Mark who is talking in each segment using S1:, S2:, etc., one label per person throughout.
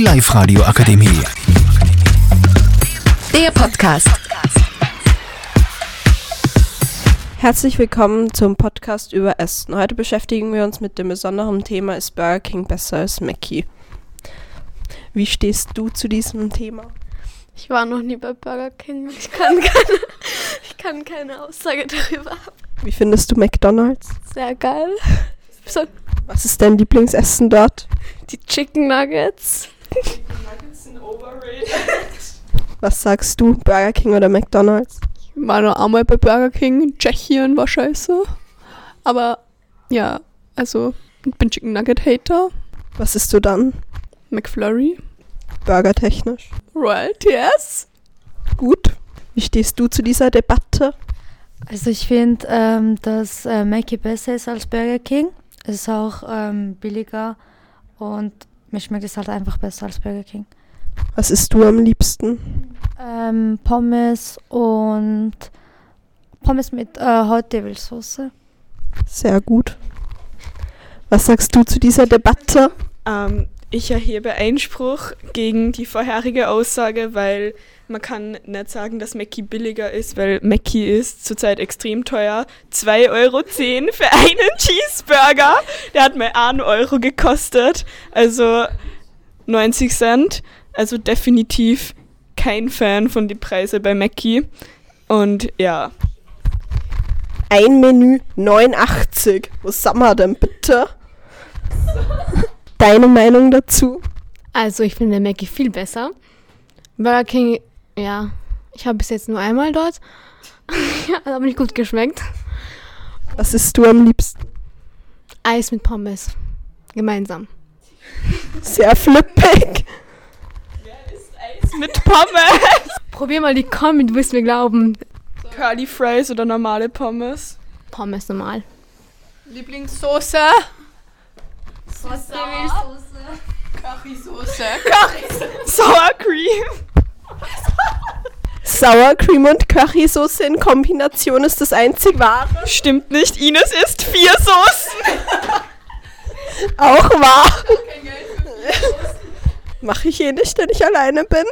S1: Live Radio Akademie.
S2: Der Podcast.
S3: Herzlich willkommen zum Podcast über Essen. Heute beschäftigen wir uns mit dem besonderen Thema, ist Burger King besser als Mackie? Wie stehst du zu diesem Thema?
S4: Ich war noch nie bei Burger King. Ich kann keine, ich kann keine Aussage darüber haben.
S3: Wie findest du McDonald's?
S4: Sehr geil. So,
S3: Was ist dein Lieblingsessen dort?
S4: die Chicken Nuggets.
S3: Was sagst du, Burger King oder McDonald's?
S5: war noch einmal bei Burger King in Tschechien, war scheiße. Aber ja, also ich bin Chicken Nugget Hater,
S3: Was isst du dann?
S5: McFlurry,
S3: Burgertechnisch?
S5: Royal TS.
S3: Gut. Wie stehst du zu dieser Debatte?
S6: Also ich finde, ähm, dass äh, Mackie besser ist als Burger King. Es ist auch ähm, billiger und mir schmeckt es halt einfach besser als Burger King.
S3: Was isst du am liebsten?
S6: Ähm, Pommes und Pommes mit äh, Hot Devil Soße.
S3: Sehr gut. Was sagst du zu dieser Debatte?
S7: Ähm, ich erhebe Einspruch gegen die vorherige Aussage, weil man kann nicht sagen, dass Mackie billiger ist, weil Mackie ist zurzeit extrem teuer. 2,10 Euro für einen Cheeseburger. Der hat mal 1 Euro gekostet. Also 90 Cent. Also definitiv kein Fan von den Preisen bei Mackie. Und ja,
S3: Ein Menü 89. Wo sind wir denn bitte? Deine Meinung dazu?
S4: Also ich finde Mackie viel besser. Burger King, ja, ich habe bis jetzt nur einmal dort. ja, hat aber nicht gut geschmeckt.
S3: Was isst du am liebsten?
S4: Eis mit Pommes. Gemeinsam.
S3: Sehr flippig.
S7: mit Pommes.
S4: Probier mal die Kombi, du wirst mir glauben.
S7: Curly Fries oder normale Pommes.
S4: Pommes normal.
S5: Lieblingssoße. Currysoße.
S7: Sour Cream.
S3: Sour Cream und Currysoße in Kombination ist das einzig wahre.
S7: Stimmt nicht, Ines isst vier Soßen.
S3: Auch wahr. Mache ich eh nicht, wenn ich alleine bin.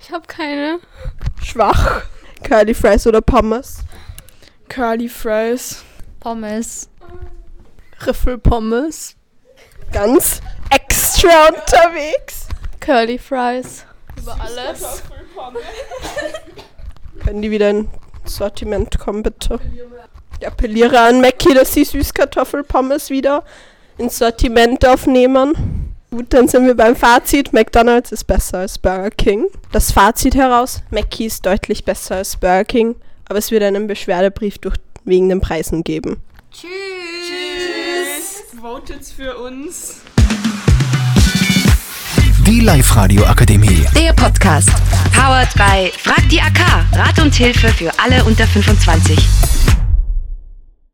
S4: Ich habe keine.
S3: Schwach. Curly Fries oder Pommes?
S7: Curly Fries.
S6: Pommes.
S5: Riffelpommes.
S3: Ganz extra unterwegs.
S4: Curly Fries.
S5: Über alles.
S3: Können die wieder ins Sortiment kommen, bitte? Ich appelliere an Mackie, dass sie Süßkartoffelpommes wieder ins Sortiment aufnehmen. Gut, dann sind wir beim Fazit. McDonald's ist besser als Burger King. Das Fazit heraus, Mackie ist deutlich besser als Burger King, aber es wird einen Beschwerdebrief durch, wegen den Preisen geben.
S7: Tschüss. Votet's für uns.
S1: Die Live Radio Akademie.
S2: Der Podcast.
S8: Powered by Frag die AK. Rat und Hilfe für alle unter 25.